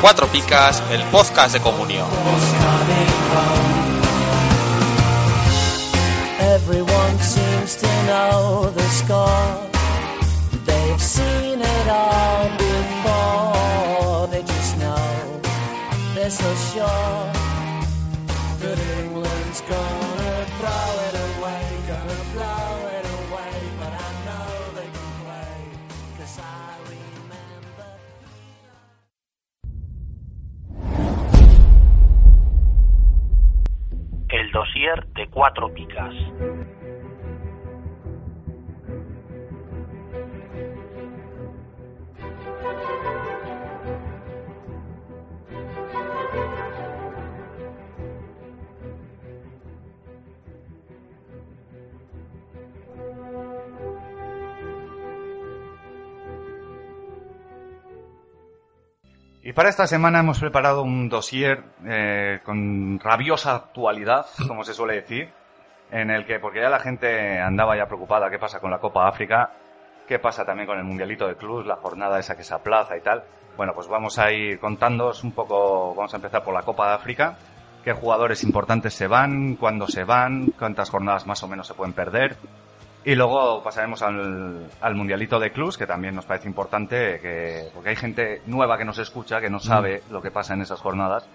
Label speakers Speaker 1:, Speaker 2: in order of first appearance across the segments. Speaker 1: Cuatro Picas, el podcast de comunión.
Speaker 2: Everyone seems to know the score. They've seen it all before. They just know they're so sure that England's gonna throw it away, gonna blow it away. But I know they can play, 'cause I remember.
Speaker 3: El dossier de cuatro picas.
Speaker 4: Y para esta semana hemos preparado un dossier eh, con rabiosa actualidad, como se suele decir, en el que, porque ya la gente andaba ya preocupada, qué pasa con la Copa África, qué pasa también con el Mundialito de Clubs, la jornada esa que se aplaza y tal. Bueno, pues vamos a ir contándoos un poco, vamos a empezar por la Copa de África, qué jugadores importantes se van, cuándo se van, cuántas jornadas más o menos se pueden perder, y luego pasaremos al, al mundialito de clubs, que también nos parece importante, que, porque hay gente nueva que nos escucha, que no sabe lo que pasa en esas jornadas.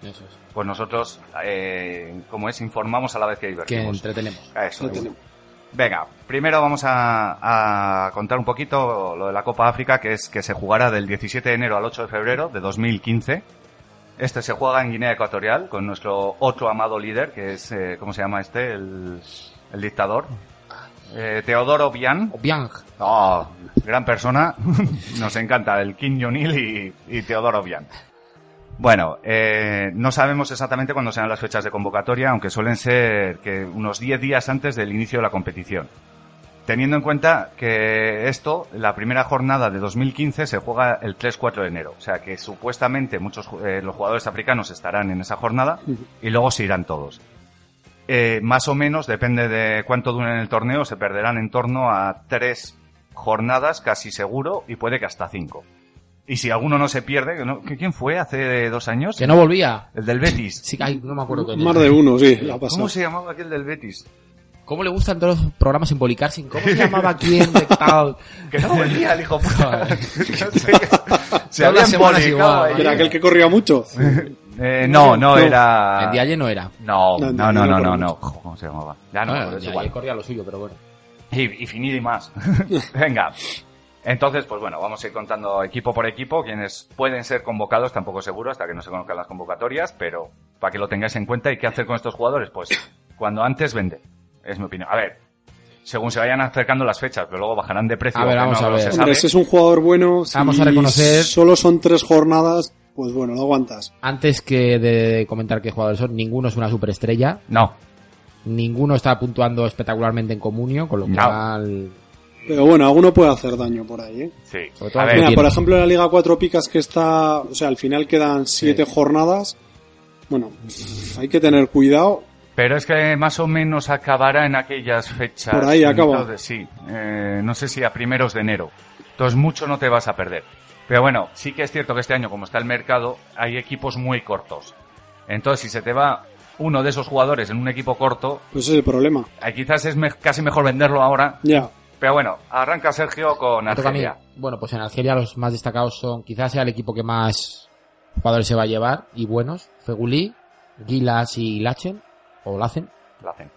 Speaker 4: Pues nosotros, eh, como es, informamos a la vez que
Speaker 5: que
Speaker 4: divertimos.
Speaker 5: entretenemos.
Speaker 4: Eso. Venga, primero vamos a, a contar un poquito lo de la Copa África, que es que se jugará del 17 de enero al 8 de febrero de 2015. Este se juega en Guinea Ecuatorial con nuestro otro amado líder, que es, eh, ¿cómo se llama este? El, el dictador. Eh, Teodoro Bian.
Speaker 5: Biang.
Speaker 4: Oh, gran persona. Nos encanta el Kim Jong-il y, y Teodoro Bian. Bueno, eh, no sabemos exactamente cuándo serán las fechas de convocatoria, aunque suelen ser que unos 10 días antes del inicio de la competición. Teniendo en cuenta que esto, la primera jornada de 2015 se juega el 3-4 de enero, o sea que supuestamente muchos ju- eh, los jugadores africanos estarán en esa jornada y luego se irán todos. Eh, más o menos, depende de cuánto duren el torneo, se perderán en torno a tres jornadas casi seguro y puede que hasta cinco. Y si alguno no se pierde, que no- que ¿quién fue hace dos años?
Speaker 5: Que no volvía.
Speaker 4: El del Betis.
Speaker 5: Sí, ay, no me acuerdo quién
Speaker 6: Más
Speaker 5: era.
Speaker 6: de uno, sí, la ha pasado.
Speaker 4: ¿Cómo se llamaba aquel del Betis?
Speaker 5: ¿Cómo le gustan todos los programas simbolicarse? ¿Cómo se llamaba quién? de tal?
Speaker 4: Que no volvía el hijo puta.
Speaker 5: Joder.
Speaker 4: se
Speaker 5: Todas las
Speaker 4: embolicado
Speaker 5: semanas igual,
Speaker 4: ahí.
Speaker 6: ¿Que era aquel que corría mucho?
Speaker 4: Eh, no, no,
Speaker 6: No.
Speaker 4: era...
Speaker 5: El Dialle no era.
Speaker 4: No, no, no,
Speaker 6: No, no,
Speaker 4: no,
Speaker 6: no,
Speaker 4: no,
Speaker 6: no.
Speaker 4: no. Jo, ¿Cómo se llamaba? Ya Ah, no,
Speaker 5: Bueno,
Speaker 4: es
Speaker 5: Dialle
Speaker 4: igual.
Speaker 5: corría lo suyo, pero bueno.
Speaker 4: Y, y Finidi más. Venga. Entonces, pues bueno, vamos a ir contando equipo por equipo, quienes pueden ser convocados, tampoco seguro, hasta que no se conozcan las convocatorias, pero para que lo tengáis en cuenta y qué hacer con estos jugadores, pues cuando antes vende, es mi opinión. A ver, según se vayan acercando las fechas, pero luego bajarán de precio.
Speaker 5: A ver,
Speaker 4: que
Speaker 5: vamos
Speaker 4: no
Speaker 5: a
Speaker 4: lo
Speaker 5: ver.
Speaker 4: se
Speaker 5: Hombre,
Speaker 4: sabe.
Speaker 6: Hombre, si es un jugador bueno, si
Speaker 5: Vamos a reconocer-
Speaker 6: solo son tres jornadas, pues bueno, lo aguantas.
Speaker 5: Antes que de comentar qué jugadores son, ninguno es una superestrella.
Speaker 4: No,
Speaker 5: Ninguno está puntuando espectacularmente en comunio, con lo
Speaker 4: No.
Speaker 5: cual...
Speaker 6: Pero bueno, alguno puede hacer daño por ahí, ¿eh?
Speaker 4: sí.
Speaker 5: Sobre todo
Speaker 4: A ver,
Speaker 5: el
Speaker 6: Mira,
Speaker 5: tiene.
Speaker 6: por ejemplo, en la Liga 4 Picas que está, o sea, al final quedan siete jornadas. Bueno, hay que tener cuidado.
Speaker 4: pero es que más o menos acabará en aquellas fechas.
Speaker 6: Por ahí acaba.
Speaker 4: Entonces, sí, eh, no sé si a primeros de enero. Entonces mucho no te vas a perder. Pero bueno, sí que es cierto que este año, como está el mercado, hay equipos muy cortos. Entonces, si se te va uno de esos jugadores en un equipo corto,
Speaker 6: Pues ese es el problema.
Speaker 4: eh, quizás es me- casi mejor venderlo ahora.
Speaker 6: Ya.
Speaker 4: Pero bueno, arranca Sergio con
Speaker 5: Me toca a mí.
Speaker 4: Argelia.
Speaker 5: Bueno, pues en Argelia los más destacados son, quizás sea el equipo que más jugadores se va a llevar, y buenos, Feguli, Gilas y Lachen, o Lacen.
Speaker 4: Lo hacen.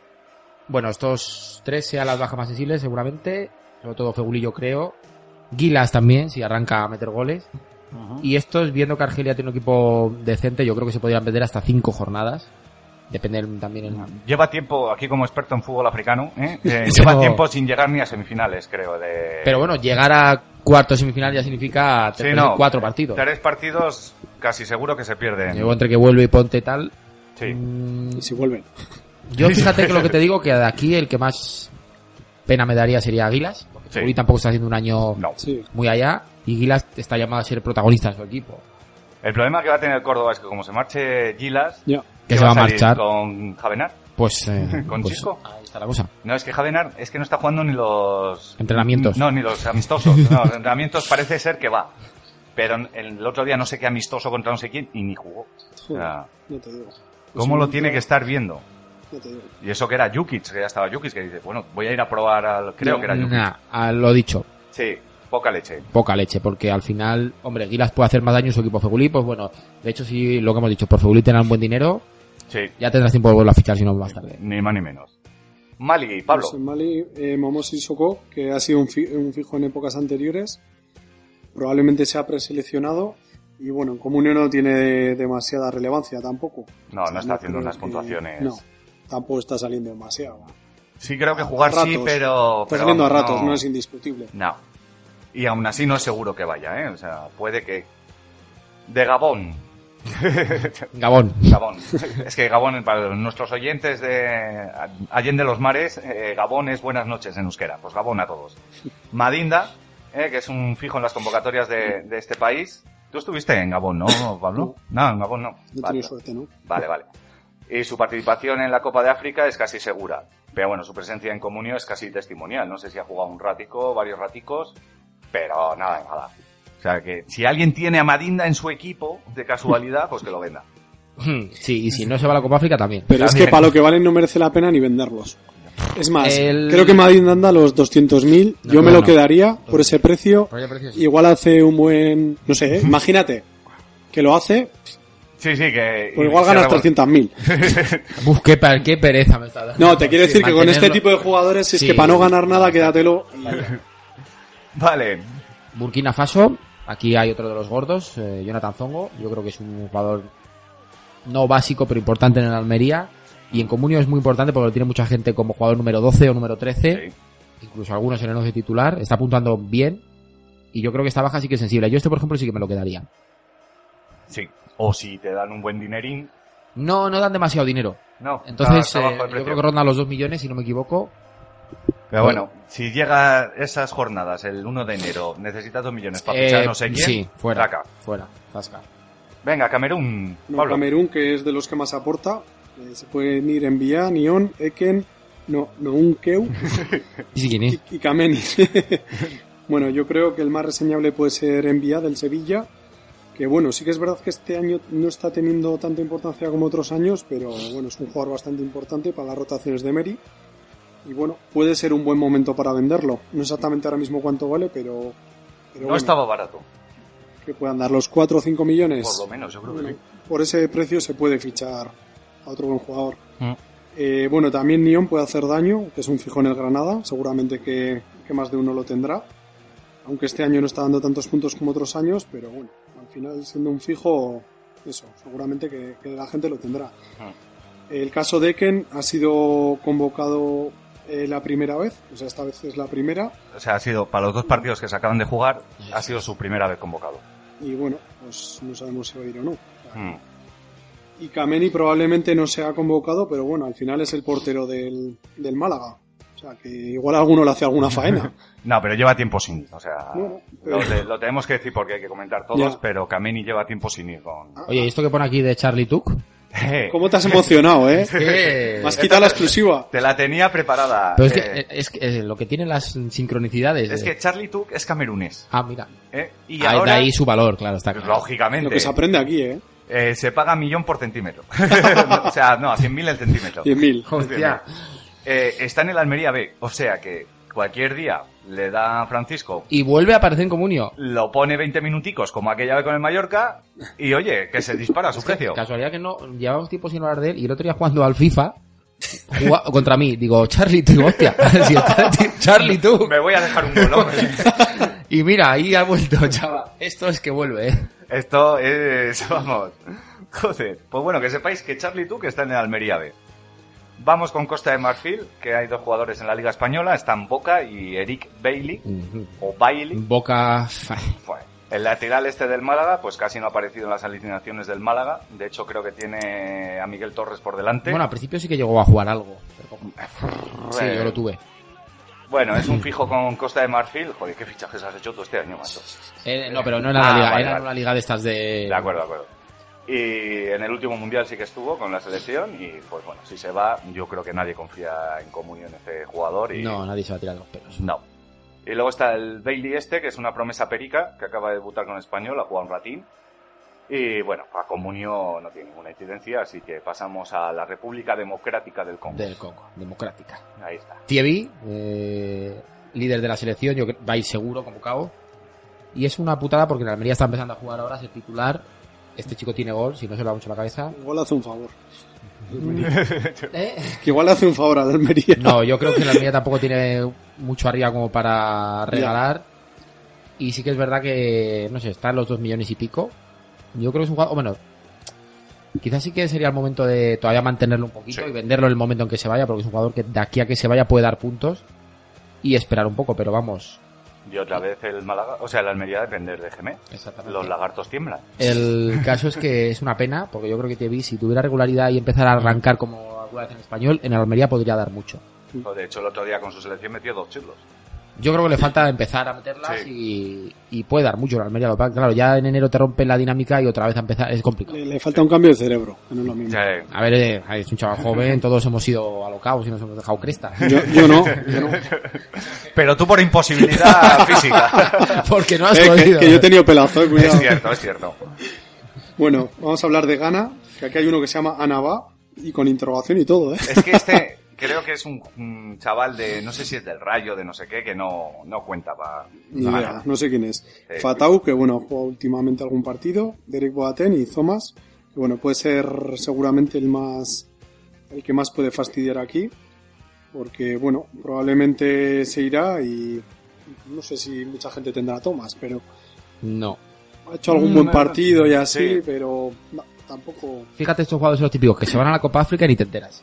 Speaker 5: Bueno, estos tres sean las bajas más sensibles, seguramente. Sobre todo Feguli, yo creo. Gilas también, si arranca a meter goles. Y estos, viendo que Argelia tiene un equipo decente, yo creo que se podrían vender hasta cinco jornadas. Depende el- también el...
Speaker 4: Lleva tiempo, aquí como experto en fútbol africano, ¿eh? Eh, lleva
Speaker 5: No.
Speaker 4: tiempo sin llegar ni a semifinales, creo. De...
Speaker 5: Pero bueno, llegar a cuartos semifinal ya significa
Speaker 4: Sí,
Speaker 5: tres-
Speaker 4: no.
Speaker 5: cuatro partidos.
Speaker 4: Tres partidos casi seguro que se pierden.
Speaker 5: Luego entre que vuelve y ponte tal.
Speaker 4: Sí.
Speaker 5: mm,
Speaker 6: Y si vuelven.
Speaker 5: Yo fíjate que lo que te digo, que de aquí el que más pena me daría sería Aguilas. Porque
Speaker 4: Sí.
Speaker 5: Feguli tampoco está haciendo un año
Speaker 4: No.
Speaker 6: Sí.
Speaker 5: muy allá. Y Gilas está llamado a ser protagonista en su equipo.
Speaker 4: El problema que va a tener Córdoba es que como se marche Gilas,
Speaker 6: Ya.
Speaker 5: Que se va a
Speaker 4: salir
Speaker 5: marchar.
Speaker 4: ¿Con Javenar?
Speaker 5: Pues, eh,
Speaker 4: ¿Con
Speaker 5: pues,
Speaker 4: Chico?
Speaker 5: ahí está la cosa.
Speaker 4: No, es que Javenar es que no está jugando ni los...
Speaker 5: Entrenamientos.
Speaker 4: No, ni los amistosos. No, los entrenamientos parece ser que va. Pero en- el otro día no sé qué amistoso contra no sé quién y ni jugó. O
Speaker 6: Joder,
Speaker 4: sea,
Speaker 6: no te digo.
Speaker 4: ¿Cómo lo tiene que estar viendo?
Speaker 6: No te digo.
Speaker 4: Y eso que era Jukic, que ya estaba Jukic, que dice, bueno, voy a ir a probar al... Creo
Speaker 6: No,
Speaker 4: que era Jukic.
Speaker 5: Nah, a Ah, lo dicho,
Speaker 4: Sí, poca leche.
Speaker 5: poca leche, porque al final, hombre, Gilas puede hacer más daño en su equipo Feguli, pues bueno, de hecho sí, lo que hemos dicho, por Feguli tendrán buen dinero,
Speaker 4: Sí,
Speaker 5: ya tendrás tiempo de volver a fichar si no más tarde.
Speaker 4: ni más ni menos. Mali, Pablo.
Speaker 6: Pues en Mali, eh, Momo Sissoko, que ha sido un, fi- un fijo en épocas anteriores, probablemente se ha preseleccionado y bueno, en Comunio no tiene demasiada relevancia tampoco.
Speaker 4: No, no está haciendo
Speaker 6: creo
Speaker 4: unas
Speaker 6: que-
Speaker 4: puntuaciones.
Speaker 6: No, tampoco está saliendo demasiado.
Speaker 4: Sí creo que jugar
Speaker 6: A
Speaker 4: sí,
Speaker 6: ratos.
Speaker 4: pero...
Speaker 6: Está
Speaker 4: pero
Speaker 6: saliendo a
Speaker 4: vamos,
Speaker 6: ratos, no es indiscutible.
Speaker 4: No. Y aún así no es seguro que vaya, ¿eh? O sea, puede que... De Gabón.
Speaker 5: Gabón.
Speaker 4: Gabón. es que Gabón, para nuestros oyentes de Allende los Mares, eh, Gabón es buenas noches en euskera. Pues Gabón a todos. Madinda, eh, que es un fijo en las convocatorias de, de este país. Tú estuviste en Gabón, ¿no, Pablo? No, en Gabón no.
Speaker 6: No
Speaker 4: Vale.
Speaker 6: tiene suerte, ¿no?
Speaker 4: Vale, vale. Y su participación en la Copa de África es casi segura. Pero bueno, su presencia en Comunio es casi testimonial. No sé si ha jugado un ratico, varios raticos, pero nada de nada. O sea que si alguien tiene a Madinda en su equipo, de casualidad, pues que lo venda.
Speaker 5: Sí, y si no se va a la Copa África también.
Speaker 6: Pero es que
Speaker 4: También.
Speaker 6: para lo que valen no merece la pena ni venderlos. Es más,
Speaker 5: El-
Speaker 6: creo que Madrid anda a los 200.000.
Speaker 5: No,
Speaker 6: yo me
Speaker 5: no,
Speaker 6: lo
Speaker 5: no.
Speaker 6: quedaría por ese precio.
Speaker 5: Por ese precio, sí.
Speaker 6: Igual hace un buen... No sé, ¿eh? imagínate que lo hace,
Speaker 4: Sí, sí, que...
Speaker 6: pues igual ganas 300.000.
Speaker 5: Uf, qué, per- qué pereza me está dando.
Speaker 6: No, te quiero decir que con este
Speaker 5: Mantenerlo-
Speaker 6: tipo de jugadores, si es
Speaker 5: Sí.
Speaker 6: que para no ganar nada, quédatelo.
Speaker 4: Vale,
Speaker 5: Burkina Faso, aquí hay otro de los gordos, eh, Jonathan Zongo, yo creo que es un jugador no básico pero importante en el Almería y en Comunio es muy importante porque lo tiene mucha gente como jugador número 12 o número 13, incluso algunos en el 11 titular, está apuntando bien y yo creo que esta baja sí que es sensible. Yo este por ejemplo sí que me lo quedaría.
Speaker 4: sí. O si te dan un buen dinerín,
Speaker 5: No, no dan demasiado dinero.
Speaker 4: no.
Speaker 5: Entonces,
Speaker 4: está- está
Speaker 5: eh,
Speaker 4: bajo el
Speaker 5: yo
Speaker 4: precio.
Speaker 5: creo que ronda los 2 millones, si no me equivoco.
Speaker 4: Pero bueno, si llega esas jornadas el 1 de enero, necesitas 2 millones para fichar
Speaker 5: Eh,
Speaker 4: no sé quién,
Speaker 5: sí, fuera.
Speaker 4: saca.
Speaker 5: Fuera, zasca.
Speaker 4: Venga, Camerún,
Speaker 6: No,
Speaker 4: Pablo.
Speaker 6: Camerún, que es de los que más aporta. eh, se pueden ir en Vía, Nión, Eken, no, Nounkeu
Speaker 5: ¿Y si quién es?
Speaker 6: y, y Kameni. bueno, yo creo que el más reseñable puede ser en Vía del Sevilla. Que bueno, sí que es verdad que este año no está teniendo tanta importancia como otros años, pero bueno, es un jugador bastante importante para las rotaciones de Meri. Y bueno, puede ser un buen momento para venderlo. No exactamente ahora mismo cuánto vale, pero.
Speaker 4: No
Speaker 6: pero bueno.
Speaker 4: estaba barato,
Speaker 6: que puedan dar los 4 o 5 millones.
Speaker 4: por lo menos, yo creo que
Speaker 6: Bueno,
Speaker 4: sí.
Speaker 6: por ese precio se puede fichar a otro buen jugador.
Speaker 4: Mm.
Speaker 6: Eh, bueno, también Neon puede hacer daño, que es un fijo en el Granada, seguramente que, que más de uno lo tendrá. Aunque este año no está dando tantos puntos como otros años, pero bueno, al final siendo un fijo, eso, seguramente que, que la gente lo tendrá. El caso de Eken ha sido convocado eh, la primera vez, o sea, esta vez es la primera,
Speaker 4: O sea, ha sido, para los dos partidos que se acaban de jugar, ha sido su primera vez convocado.
Speaker 6: y bueno, pues no sabemos si va a ir o no. O sea,
Speaker 4: Mm.
Speaker 6: Y Kameni probablemente no se ha convocado, pero bueno, al final es el portero del, del Málaga. O sea, que igual alguno le hace alguna faena.
Speaker 4: No, pero lleva tiempo sin ir, o sea,
Speaker 6: Bueno, eh,
Speaker 4: lo,
Speaker 6: pero-
Speaker 4: le- lo tenemos que decir porque hay que comentar todos,
Speaker 6: Ya.
Speaker 4: pero Kameni lleva tiempo sin ir con... Eh,
Speaker 6: Ah,
Speaker 5: Oye, ¿y esto que pone aquí de Charlie Tuck?
Speaker 6: ¿Cómo te has emocionado, eh?
Speaker 5: ¿Qué?
Speaker 6: Me has quitado la exclusiva.
Speaker 4: Te la tenía preparada.
Speaker 5: Pero es que,
Speaker 4: eh,
Speaker 5: es que, eh, lo que tienen las sincronicidades.
Speaker 4: es
Speaker 5: eh.
Speaker 4: que Charlie Tuck es camerunés,
Speaker 5: Ah, mira.
Speaker 4: ¿eh? Y
Speaker 5: Ah,
Speaker 4: ahora, pues,
Speaker 5: De ahí su valor, claro, está claro.
Speaker 6: Lo
Speaker 4: lógicamente,
Speaker 6: que se aprende aquí, eh.
Speaker 4: eh, se paga millón por centímetro. o sea, no, a 100.000 el centímetro.
Speaker 6: 100.000.
Speaker 5: Hostia.
Speaker 4: Eh, está en el Almería B, o sea que cualquier día le da a Francisco,
Speaker 5: Y vuelve a aparecer en Comunio.
Speaker 4: lo pone 20 minuticos como aquella vez con el Mallorca y oye, que se dispara su precio.
Speaker 5: Casualidad que no, llevamos tiempo sin hablar de él y el otro día jugando al FIFA, juga- contra mí, digo, Charlie, tú, hostia, Si está- tío, Charlie, tú.
Speaker 4: Me voy a dejar un golón.
Speaker 5: Y mira, ahí ha vuelto, chaval. Esto es que vuelve, eh.
Speaker 4: Esto es, vamos, joder. Pues bueno, que sepáis que Charlie Tuck está en el Almería B. Vamos con Costa de Marfil, que hay dos jugadores en la Liga Española, están Boca y Eric Bailey, o Bailey.
Speaker 5: Mm. Boca,
Speaker 4: Bueno, el lateral este del Málaga, pues casi no ha aparecido en las alineaciones del Málaga. De hecho, creo que tiene a Miguel Torres por delante.
Speaker 5: bueno, al principio sí que llegó a jugar algo. pero como- Sí, yo lo tuve.
Speaker 4: Bueno, es un fijo con Costa de Marfil. Joder, qué fichajes has hecho tú este año, macho.
Speaker 5: Eh, no, pero no era la
Speaker 4: Ah,
Speaker 5: liga,
Speaker 4: vale,
Speaker 5: era
Speaker 4: vale.
Speaker 5: una liga de estas de...
Speaker 4: De acuerdo, de acuerdo. Y en el último mundial sí que estuvo con la selección y pues bueno, si se va, yo creo que nadie confía en Comunio en este jugador y
Speaker 5: No, nadie se va a tirar de los pelos.
Speaker 4: no. Y luego está el Bailey este, que es una promesa perica, que acaba de debutar con Español, ha jugado un ratín. Y bueno, a Comunio no tiene ninguna incidencia, así que pasamos a la República Democrática del Congo.
Speaker 5: Del Congo, democrática.
Speaker 4: Ahí está.
Speaker 5: Thievi, eh, líder de la selección, yo cre- va a ir seguro convocado. Y es una putada porque en Almería está empezando a jugar ahora, es el titular. Este chico tiene gol, si no se lo da mucho la cabeza.
Speaker 6: Igual le hace un favor.
Speaker 5: ¿Eh?
Speaker 6: Que igual le hace un favor a la Almería.
Speaker 5: No, yo creo que la Almería tampoco tiene mucho arriba como para regalar. Y sí que es verdad que, no sé, están los dos millones y pico. Yo creo que es un jugador, o bueno, quizás sí que sería el momento de todavía mantenerlo un poquito
Speaker 4: Sí.
Speaker 5: y venderlo en el momento en que se vaya, porque es un jugador que de aquí a que se vaya puede dar puntos y esperar un poco, pero vamos.
Speaker 4: Y otra vez el Málaga, o sea, la Almería depender de Gemé.
Speaker 5: Exactamente.
Speaker 4: Los lagartos tiemblan.
Speaker 5: El caso es que es una pena, porque yo creo que Tevi, si tuviera regularidad y empezara a arrancar como alguna vez en español, en Almería podría dar mucho.
Speaker 4: De hecho, el otro día con su selección metió dos chirlos.
Speaker 5: Yo creo que le falta empezar a meterlas y, y puede dar mucho la Almería. Lo que pasa- Claro, ya en enero te rompen la dinámica y otra vez a empezar es complicado.
Speaker 6: Le, le falta un cambio de cerebro, que no es lo mismo.
Speaker 5: A ver, eh, es un chaval joven, todos hemos sido alocados y nos hemos dejado cresta.
Speaker 6: Yo, yo no, yo no.
Speaker 4: Pero tú por imposibilidad física.
Speaker 5: Porque no has
Speaker 6: Eh, que,
Speaker 5: podido.
Speaker 6: que yo he tenido pelazo, eh,
Speaker 4: es
Speaker 6: cuidado.
Speaker 4: cierto, es cierto.
Speaker 6: Bueno, vamos a hablar de Ghana, que aquí hay uno que se llama Anaba, y con interrogación y todo, ¿eh?
Speaker 4: Es que este creo que es un, un chaval de, no sé si es del rayo, de no sé qué, que no, no cuenta para...
Speaker 6: Ni idea, no sé quién es.
Speaker 4: Eh,
Speaker 6: Fatau, que bueno, ha jugado últimamente algún partido, Derek Boateng y Thomas, que bueno, puede ser seguramente el más el que más puede fastidiar aquí, porque bueno, probablemente se irá y no sé si mucha gente tendrá a Thomas, pero
Speaker 5: No.
Speaker 6: ha hecho algún
Speaker 4: Mm,
Speaker 6: buen
Speaker 4: no,
Speaker 6: partido y así,
Speaker 4: sí.
Speaker 6: pero no, tampoco
Speaker 5: Fíjate, estos jugadores son los típicos que se van a la Copa África y ni te enteras.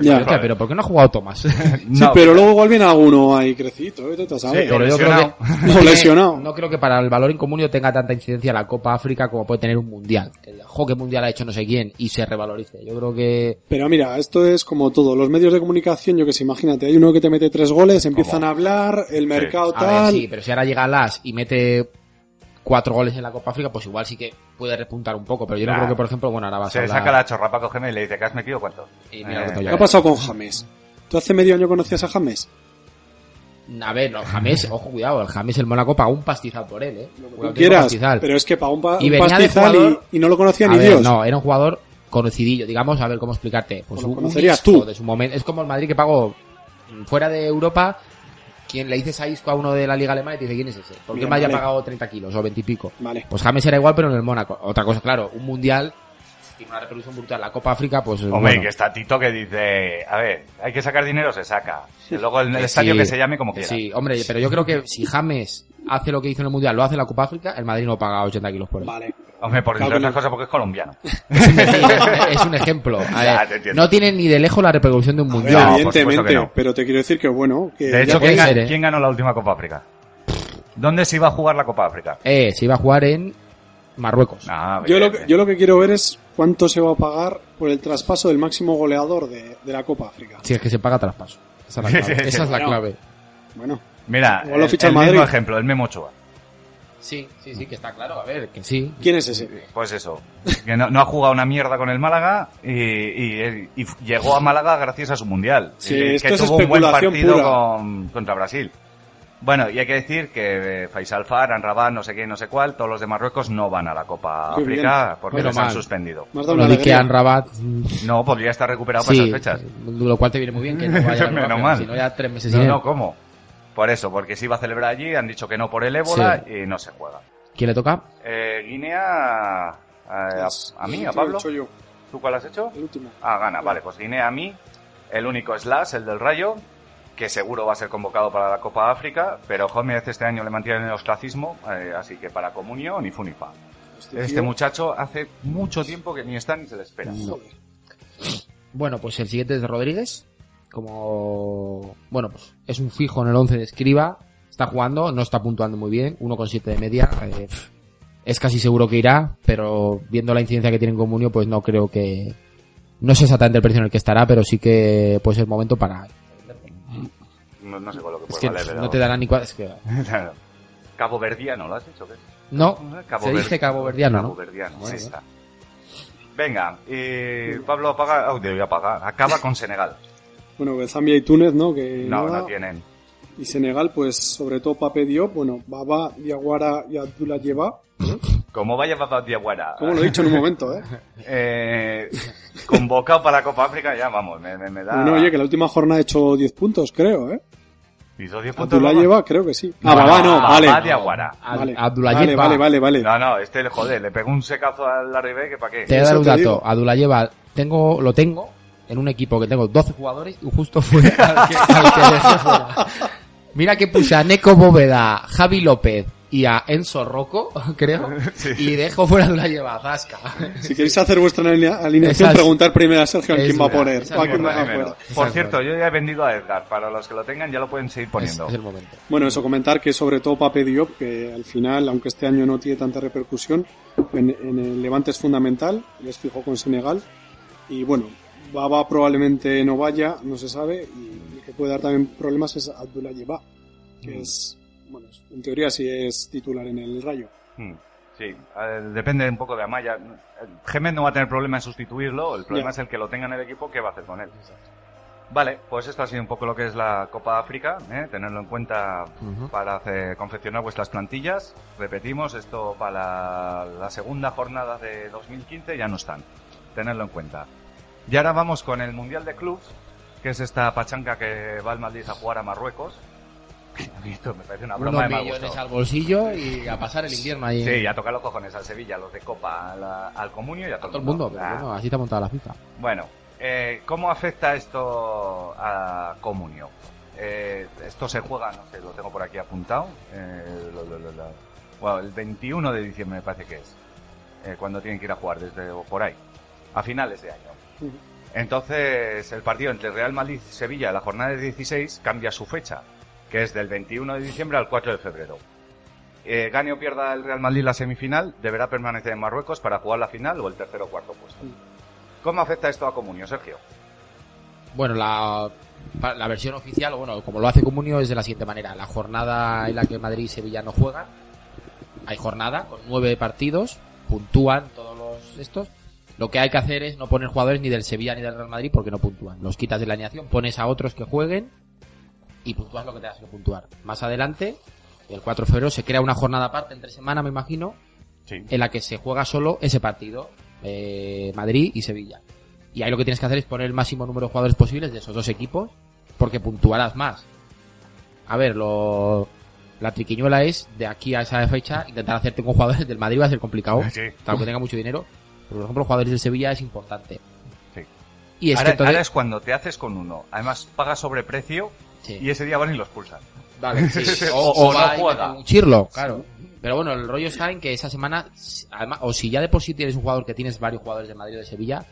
Speaker 6: Ya.
Speaker 5: Hostia, pero ¿por qué no ha jugado Tomás?
Speaker 6: sí, pero luego igual viene alguno ahí crecido, ¿eh? Vete a saber.
Speaker 5: Pero yo creo
Speaker 4: lesionado.
Speaker 5: que-
Speaker 6: O lesionado.
Speaker 5: No creo que para el valor incomunio tenga tanta incidencia la Copa África como puede tener un mundial. El juego que mundial ha hecho no sé quién y se revalorice. Yo creo que
Speaker 6: Pero mira, esto es como todo. Los medios de comunicación, yo que sé, imagínate, hay uno que te mete tres goles, empiezan a hablar, el mercado
Speaker 5: A ver,
Speaker 6: tal.
Speaker 5: sí, pero si ahora llega Las y mete cuatro goles en la Copa África, pues igual sí que puede repuntar un poco. Pero yo no
Speaker 4: Claro.
Speaker 5: creo que, por ejemplo, bueno, ahora vas a
Speaker 4: Se
Speaker 5: hablar-
Speaker 4: saca la chorrapa con Gemé y le dice, ¿qué has metido cuánto?
Speaker 5: Y mira lo que
Speaker 4: Eh,
Speaker 5: te voy
Speaker 6: ¿Qué
Speaker 5: a
Speaker 6: ha
Speaker 5: ver.
Speaker 6: pasado con James? ¿Tú hace medio año conocías a James?
Speaker 5: A ver, no, James, ojo, cuidado, el James el Mónaco pagó un pastizal por él, ¿eh. Un
Speaker 6: Tú
Speaker 5: auténtico
Speaker 6: quieras,
Speaker 5: pastizal.
Speaker 6: pero es que pagó un, pa-
Speaker 5: Y
Speaker 6: un
Speaker 5: venía de
Speaker 6: pastizal
Speaker 5: jugador-
Speaker 6: y, y no lo conocía
Speaker 5: A
Speaker 6: ni
Speaker 5: ver,
Speaker 6: Dios.
Speaker 5: No, era un jugador conocidillo, digamos, a ver cómo explicarte. Pues
Speaker 6: Lo
Speaker 5: un- un
Speaker 6: conocerías
Speaker 5: Isco
Speaker 6: tú.
Speaker 5: De su momento. Es como el Madrid que pagó mm, fuera de Europa. Quien le dices a Isco a uno de la Liga Alemana y te dice quién es ese. Porque
Speaker 6: Mira,
Speaker 5: me haya
Speaker 6: vale.
Speaker 5: pagado 30 kilos o 20 y pico.
Speaker 6: Vale.
Speaker 5: Pues James era igual, pero en el Mónaco. Otra cosa, claro, un mundial tiene una repercusión brutal. La Copa África, pues.
Speaker 4: Hombre,
Speaker 5: bueno,
Speaker 4: que está Tito que dice, a ver, hay que sacar dinero, se saca. Y luego en el
Speaker 5: que
Speaker 4: estadio
Speaker 5: sí,
Speaker 4: que se llame como
Speaker 5: que
Speaker 4: quiera.
Speaker 5: Sí, hombre, pero yo creo que si James hace lo que hizo en el mundial, lo hace en la Copa África, el Madrid no paga 80 kilos por él.
Speaker 6: Vale.
Speaker 4: Hombre, por
Speaker 6: Claro
Speaker 4: entre
Speaker 6: que no.
Speaker 4: otras cosas porque es colombiano.
Speaker 5: Sí, es un ejemplo. A
Speaker 4: Ya,
Speaker 5: ver,
Speaker 4: te entiendo.
Speaker 5: no tiene ni de lejos la repercusión de un
Speaker 6: A ver,
Speaker 5: mundial.
Speaker 4: No, por supuesto
Speaker 6: evidentemente,
Speaker 4: que no.
Speaker 6: pero te quiero decir que bueno, que
Speaker 4: De hecho,
Speaker 5: puede
Speaker 4: ¿quién, ga-
Speaker 5: ser, ¿eh?
Speaker 4: quién ganó la última Copa África? ¿Dónde se iba a jugar la Copa África?
Speaker 5: Eh, se iba a jugar en Marruecos.
Speaker 4: Ah,
Speaker 6: yo, lo
Speaker 4: bien,
Speaker 6: que,
Speaker 4: bien.
Speaker 6: yo lo que quiero ver es cuánto se va a pagar por el traspaso del máximo goleador de, de la Copa África.
Speaker 5: Si es que se paga traspaso. Esa es la clave. Esa es la
Speaker 6: Bueno.
Speaker 5: clave.
Speaker 6: Bueno,
Speaker 4: Mira,
Speaker 6: Igual
Speaker 4: el,
Speaker 6: lo ficha
Speaker 4: el
Speaker 6: el Madrid.
Speaker 4: mismo ejemplo, el Memo Ochoa.
Speaker 5: Sí, sí, sí, que está claro. A ver, que sí.
Speaker 6: ¿quién es ese?
Speaker 4: Pues eso, que no, no ha jugado una mierda con el Málaga y, y- y f- llegó a Málaga gracias a su mundial.
Speaker 6: Sí,
Speaker 4: Y que,
Speaker 6: esto
Speaker 4: que
Speaker 6: es
Speaker 4: tuvo un buen
Speaker 6: especulación
Speaker 4: partido
Speaker 6: pura.
Speaker 4: con- contra Brasil. Bueno, y hay que decir que eh, Faisal Far, Anrabat, no sé qué, no sé cuál, todos los de Marruecos no van a la Copa
Speaker 6: Qué
Speaker 4: África porque
Speaker 5: Menos
Speaker 4: les han
Speaker 5: mal.
Speaker 4: suspendido.
Speaker 6: Más da una
Speaker 5: Lo de que
Speaker 6: alegría.
Speaker 5: Anrabat.
Speaker 4: No, podría estar recuperado
Speaker 5: Sí,
Speaker 4: para esas fechas.
Speaker 5: lo cual te viene muy bien que no vaya a la Copa,
Speaker 4: Menos
Speaker 5: pero
Speaker 4: mal.
Speaker 5: Si no, ya tres meses
Speaker 4: No,
Speaker 5: sin él.
Speaker 4: no, ¿cómo? Por eso, porque se iba a celebrar allí, han dicho que no por el ébola y no se juega.
Speaker 5: ¿Quién le toca?
Speaker 4: Eh, Guinea, eh, a, a mí, a Pablo,
Speaker 6: Lo he dicho
Speaker 4: ¿tú cuál has hecho?
Speaker 6: yo, el último.
Speaker 4: Ah, gana, vale, pues Guinea a mí, el único Slash, el del Rayo, que seguro va a ser convocado para la Copa África, pero Gómez este año le mantiene en el ostracismo, eh, así que para Comunio ni Funifa.
Speaker 6: Este
Speaker 4: Este
Speaker 6: tío,
Speaker 4: muchacho hace mucho tiempo que ni está ni se le espera.
Speaker 6: joder.
Speaker 5: Bueno, pues el siguiente es de Rodríguez. Como. Bueno, pues es un fijo en el 11 de escriba. Está jugando, no está puntuando muy bien. 1,7 de media. eh, es casi seguro que irá, pero viendo la incidencia que tiene en Comunio, pues no creo que. No sé exactamente el precio en el que estará, pero sí que pues el momento para.
Speaker 4: No, no sé con lo que
Speaker 5: Es
Speaker 4: puede
Speaker 5: que
Speaker 4: valer, Pues pero-
Speaker 5: no te dará ni cua- es que-
Speaker 4: Claro. Cabo Verdiano, ¿lo has dicho? ¿Qué es?
Speaker 5: No, se dice caboverdiano, ¿no?
Speaker 4: Caboverdiano,
Speaker 5: Bueno,
Speaker 4: sí está. Venga, y Pablo apaga, oh, debe apagar, acaba con Senegal.
Speaker 6: Bueno, que Zambia y Túnez, ¿no? Que
Speaker 4: No,
Speaker 6: nada.
Speaker 4: no tienen.
Speaker 6: Y Senegal, pues sobre todo Pape Diop, bueno, Baba, Diaguara y Abdullah Yeba.
Speaker 4: Como vaya papá Diaguara.
Speaker 6: Como lo he dicho en un momento, ¿eh?
Speaker 4: Eh, convocado para la Copa África, ya vamos, me, me- me da.
Speaker 6: Bueno, oye, que la última jornada ha hecho 10 puntos, creo, ¿eh?
Speaker 4: Hizo 10 puntos.
Speaker 6: Abdullah
Speaker 4: Baba.
Speaker 6: Yeba, creo que sí. Ah, Baba no,
Speaker 4: Baba
Speaker 6: vale.
Speaker 4: Diaguara.
Speaker 6: Vale, vale,
Speaker 5: Abdulayeva.
Speaker 6: vale, vale, vale.
Speaker 4: No, no, este, joder, le pegó un secazo al Arribé que para qué.
Speaker 5: Te voy a
Speaker 6: Eso
Speaker 5: dar un
Speaker 6: te
Speaker 5: dato.
Speaker 6: digo.
Speaker 5: Adulayeva, tengo, lo tengo en un equipo que tengo 12 jugadores y justo fue al que, al que dejé fuera. Mira que puse a Neko Bóveda, Javi López y a Enzo Rocco, creo,
Speaker 4: Sí.
Speaker 5: y dejo fuera a Adulayeva, zasca.
Speaker 6: Si queréis hacer vuestra aline- alineación,
Speaker 5: Esas-
Speaker 6: preguntar primero a Sergio a quién
Speaker 5: es
Speaker 6: va a
Speaker 5: verdad,
Speaker 6: poner.
Speaker 5: esas
Speaker 6: o
Speaker 4: Ni
Speaker 6: a
Speaker 5: que
Speaker 6: quién
Speaker 5: me
Speaker 4: más
Speaker 6: deja
Speaker 4: ni
Speaker 5: dejan
Speaker 4: menos.
Speaker 6: fuera.
Speaker 4: Por
Speaker 5: Exacto.
Speaker 4: cierto, yo ya he vendido a Edgar. Para los que lo tengan, ya lo pueden seguir
Speaker 5: Es,
Speaker 4: poniendo.
Speaker 5: es el momento.
Speaker 6: Bueno, eso, comentar que sobre todo Pape Diop, que al final, aunque este año no tiene tanta repercusión, en, en el Levante es fundamental, les fijo con Senegal, y bueno, Baba probablemente no vaya, no se sabe, y el que puede dar también problemas es Abdullah Yeba, que
Speaker 5: Mm.
Speaker 6: es, bueno, es- en teoría sí es titular en el Rayo.
Speaker 4: Mm, Sí, eh, depende un poco de Amaya. Gemet no va a tener problema en sustituirlo, el problema
Speaker 6: Ya.
Speaker 4: es el que lo tenga en el equipo, ¿qué va a hacer con él? Vale, pues esto ha sido un poco lo que es la Copa África, ¿eh? tenerlo en cuenta
Speaker 5: Ujú.
Speaker 4: para hacer- confeccionar vuestras plantillas. Repetimos, esto para la, la segunda jornada de 2015 ya no están, tenerlo en cuenta. Y ahora vamos con el Mundial de Clubs, que es esta pachanca que va el Madrid a jugar a Marruecos. A mí Esto me parece una broma
Speaker 5: Unos
Speaker 4: de mal
Speaker 5: millones
Speaker 4: gusto.
Speaker 5: al bolsillo y a pasar el invierno ahí.
Speaker 4: Sí, y a tocar los cojones al Sevilla, a los de Copa, a la- al Comunio y a todo,
Speaker 5: a todo el mundo, pero
Speaker 4: Ah,
Speaker 5: bueno, así está montada la FIFA.
Speaker 4: Bueno, eh, ¿cómo afecta esto a Comunio? Eh, esto se juega, no sé, lo tengo por aquí apuntado. eh, lo- lo- lo- lo- bueno, el 21 de diciembre me parece que es, eh, cuando tienen que ir a jugar desde o por ahí, a finales de año.
Speaker 6: Ujú.
Speaker 4: Entonces, el partido entre Real Madrid y Sevilla, la jornada de 16, cambia su fecha, que es del 21 de diciembre al 4 de febrero. Eh, gane o pierda el Real Madrid la semifinal, deberá permanecer en Marruecos para jugar la final o el tercer o cuarto puesto. ¿Cómo afecta esto a Comunio, Sergio?
Speaker 5: Bueno, la, pa- la versión oficial, o bueno, como lo hace Comunio, es de la siguiente manera. La jornada en la que Madrid y Sevilla no juegan, hay jornada con nueve partidos, puntúan todos los estos. Lo que hay que hacer es no poner jugadores ni del Sevilla ni del Real Madrid porque no puntúan. Los quitas de la alineación, pones a otros que jueguen y puntúas lo que tengas que puntuar. Más adelante, el 4 de febrero, se crea una jornada aparte, entre semana me imagino,
Speaker 4: Sí.
Speaker 5: en la que se juega solo ese partido, eh, Madrid y Sevilla. Y ahí lo que tienes que hacer es poner el máximo número de jugadores posibles de esos dos equipos, porque puntuarás más. A ver, lo, la triquiñuela es, de aquí a esa fecha, intentar hacerte con jugadores del Madrid va a ser complicado,
Speaker 4: Sí.
Speaker 5: aunque tenga mucho dinero. Pero, por ejemplo, jugadores del Sevilla es importante.
Speaker 4: Sí.
Speaker 5: Y es
Speaker 4: ahora,
Speaker 5: que entonces-
Speaker 4: ahora es cuando te haces con uno. Además, pagas sobreprecio
Speaker 5: sí.
Speaker 4: y ese día van y los pulsan.
Speaker 5: Vale, sí.
Speaker 4: O- o no
Speaker 5: va y
Speaker 4: juega.
Speaker 5: mete un Chirlo, claro. Pero bueno, el rollo está en que esa semana, si- además, o si ya de por sí tienes un jugador que tienes varios jugadores de Madrid o de Sevilla,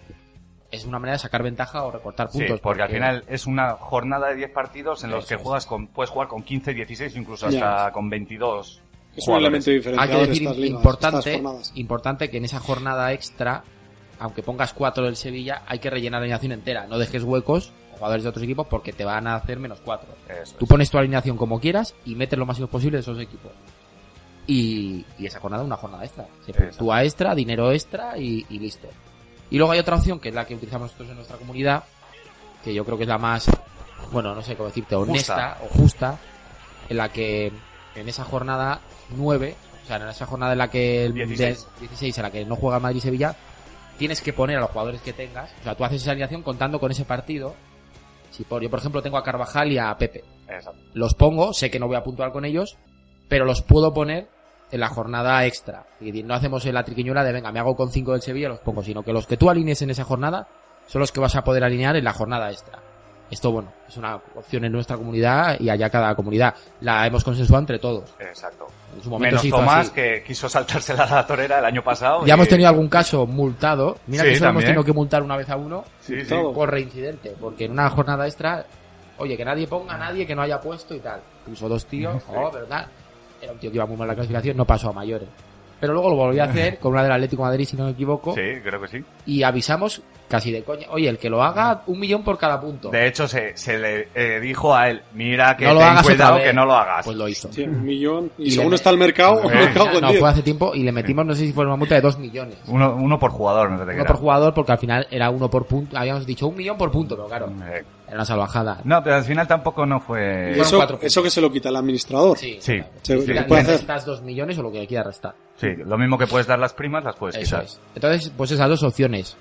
Speaker 5: es una manera de sacar ventaja o recortar
Speaker 4: Sí,
Speaker 5: puntos.
Speaker 4: porque, al final es una jornada de 10 partidos en los
Speaker 5: Eso
Speaker 4: que
Speaker 5: es.
Speaker 4: juegas con, puedes jugar con 15, 16, incluso
Speaker 6: Ya.
Speaker 4: hasta con 22.
Speaker 6: Es un
Speaker 4: jugadores.
Speaker 6: elemento
Speaker 5: hay
Speaker 6: diferenciador
Speaker 5: que
Speaker 6: de
Speaker 5: decir
Speaker 6: estas ligas, estas
Speaker 5: importante,
Speaker 6: jornadas.
Speaker 5: importante que en esa jornada extra, aunque pongas cuatro del Sevilla, hay que rellenar la alineación entera. No dejes huecos a jugadores de otros equipos porque te van a hacer menos cuatro.
Speaker 4: Eso
Speaker 5: Tú
Speaker 4: es.
Speaker 5: pones tu alineación como quieras y metes lo máximo posible de esos equipos. Y, y esa jornada, una jornada extra. Se
Speaker 4: Exacto.
Speaker 5: puntúa extra, dinero extra y, y listo. Y luego hay otra opción que es la que utilizamos nosotros en nuestra comunidad, que yo creo que es la más, bueno, no sé cómo decirte, honesta o justa, en la que en esa jornada 9, o sea, en esa jornada en la que el
Speaker 4: 16.
Speaker 5: de- 16 en la que no juega Madrid y Sevilla, tienes que poner a los jugadores que tengas, o sea, tú haces esa alineación contando con ese partido. Si por, yo por ejemplo tengo a Carvajal y a Pepe,
Speaker 4: Exacto.
Speaker 5: los pongo, sé que no voy a puntuar con ellos, pero los puedo poner en la jornada extra. Y decir, no hacemos la triquiñuela de venga, me hago con cinco del Sevilla, los pongo, sino que los que tú alinees en esa jornada son los que vas a poder alinear en la jornada extra. Esto, bueno, es una opción en nuestra comunidad y allá cada comunidad. La hemos consensuado entre todos.
Speaker 4: Exacto.
Speaker 5: En su momento
Speaker 4: Menos
Speaker 5: se hizo
Speaker 4: Tomás,
Speaker 5: así.
Speaker 4: que quiso saltarse la torera el año pasado. y-
Speaker 5: Ya hemos tenido algún caso multado. Mira
Speaker 4: Sí,
Speaker 5: que solo hemos
Speaker 4: también.
Speaker 5: tenido que multar una vez a uno
Speaker 4: Sí, sí.
Speaker 6: Todo.
Speaker 5: por reincidente, porque en una jornada extra, oye, que nadie ponga a nadie que no haya puesto y tal. Puso dos tíos, oh, ¿verdad? Era un tío que iba muy mal en la clasificación, no pasó a mayores. Pero luego lo volví a hacer con una del Atlético de Madrid, si no me equivoco,
Speaker 4: Sí, creo que sí.
Speaker 5: y avisamos casi de coña. Oye, el que lo haga, un millón por cada punto.
Speaker 4: De hecho, se, se le eh, dijo a él, mira que
Speaker 5: No lo
Speaker 4: ten
Speaker 5: hagas
Speaker 4: cuidado
Speaker 5: otra vez.
Speaker 4: que no lo hagas.
Speaker 5: Pues lo hizo.
Speaker 6: Sí, un millón. Y,
Speaker 5: Y
Speaker 6: según
Speaker 5: le-
Speaker 6: está el mercado,
Speaker 4: Eh.
Speaker 6: me cago en
Speaker 5: No,
Speaker 6: diez.
Speaker 5: fue hace tiempo y le metimos, no sé si fue una multa de dos millones.
Speaker 4: Uno, uno por jugador, me parece que
Speaker 5: Uno
Speaker 4: era.
Speaker 5: por jugador, porque al final era uno por punto. Habíamos dicho un millón por punto, pero claro,
Speaker 4: Eh,
Speaker 5: era una salvajada.
Speaker 4: No, pero al final tampoco no
Speaker 6: Y
Speaker 4: fue...
Speaker 5: Fueron
Speaker 6: eso,
Speaker 5: cuatro
Speaker 6: eso que se lo quita el administrador.
Speaker 5: Sí.
Speaker 4: Sí.
Speaker 5: claro.
Speaker 6: Se-
Speaker 5: Le-
Speaker 6: se
Speaker 5: le
Speaker 6: puede hacer.
Speaker 5: restas dos millones o lo que quiera restar.
Speaker 4: Sí, lo mismo que puedes dar las primas, las puedes
Speaker 5: Eso
Speaker 4: quitar.
Speaker 5: es. Entonces, pues esas dos opciones.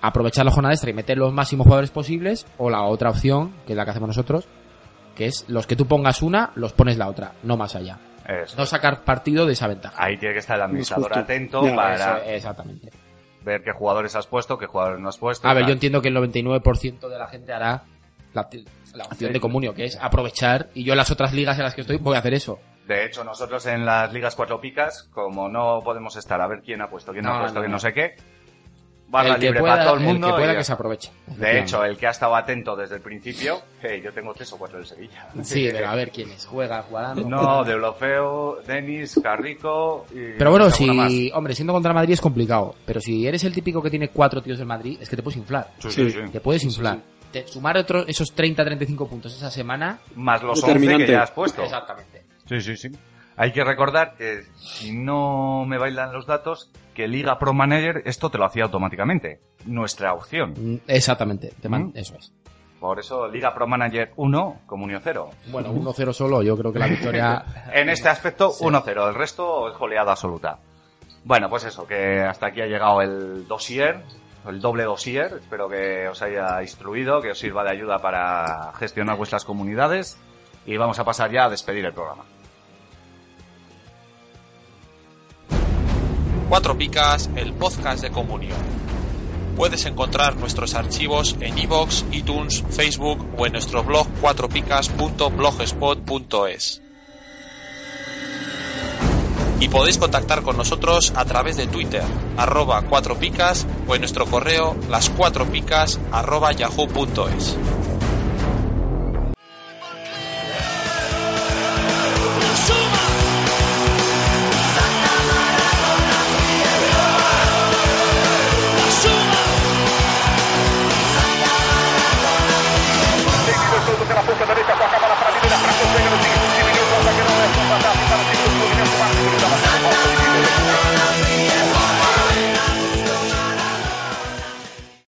Speaker 5: Aprovechar la jornada extra y meter los máximos jugadores posibles, o la otra opción, que es la que hacemos nosotros, que es los que tú pongas una, los pones la otra, no más allá.
Speaker 4: Eso.
Speaker 5: No sacar partido de esa ventaja.
Speaker 4: Ahí tiene que estar el administrador
Speaker 6: Justo.
Speaker 4: atento
Speaker 6: Ya,
Speaker 4: para
Speaker 5: Eso, eh. exactamente.
Speaker 4: ver qué jugadores has puesto, qué jugadores no has puesto.
Speaker 5: A ver,
Speaker 4: tal.
Speaker 5: yo entiendo que el 99% de la gente hará la, la opción de comunio, que es aprovechar, y yo en las otras ligas en las que estoy voy a hacer eso.
Speaker 4: De hecho, nosotros en las ligas cuatro picas, como no podemos estar a ver quién ha puesto, quién no,
Speaker 5: No,
Speaker 4: ha puesto,
Speaker 5: no,
Speaker 4: quién
Speaker 5: no.
Speaker 4: no sé qué, barra libre para todo el mundo.
Speaker 5: el que
Speaker 4: y
Speaker 5: pueda
Speaker 4: ya
Speaker 5: que se aproveche.
Speaker 4: De hecho, eh. el que ha estado atento desde el principio, hey, yo tengo tres o cuatro del Sevilla.
Speaker 5: Sí, pero a ver quiénes juega, jugarán. no
Speaker 4: No, de Olofeo, Denis, Carrico y...
Speaker 5: Pero bueno,
Speaker 4: alguna más.
Speaker 5: si, hombre, siendo contra Madrid es complicado. Pero si eres el típico que tiene cuatro tíos del Madrid, es que te puedes inflar.
Speaker 4: Sí, sí,
Speaker 6: Sí.
Speaker 4: sí.
Speaker 5: Te puedes inflar. Te- sumar otros esos 30, 35 puntos esa semana.
Speaker 4: Más los
Speaker 6: Pues
Speaker 4: 11 que
Speaker 6: Determinante.
Speaker 4: ya has puesto.
Speaker 5: Exactamente.
Speaker 4: Sí, sí, sí. Hay que recordar que, si no me bailan los datos, que Liga Pro Manager esto te lo hacía automáticamente. Nuestra opción.
Speaker 5: Mm, Exactamente. Te man-
Speaker 4: Mm.
Speaker 5: Eso es.
Speaker 4: Por eso Liga Pro Manager 1, Comunio 0.
Speaker 5: Bueno, 1-0 solo, yo creo que la victoria.
Speaker 4: En este aspecto,
Speaker 5: Sí.
Speaker 4: 1-0. El resto es goleada absoluta. Bueno, pues eso, que hasta aquí ha llegado el dossier, el doble dossier. Espero que os haya instruido, que os sirva de ayuda para gestionar vuestras comunidades. Y vamos a pasar ya a despedir el programa.
Speaker 1: Cuatro Picas, el podcast de comunión. Puedes encontrar nuestros archivos en iVoox, iTunes, Facebook o en nuestro blog cuatropicas.blogspot.es. Y podéis contactar con nosotros a través de Twitter, arroba cuatro picas o en nuestro correo las cuatro picas arroba yahoo.es.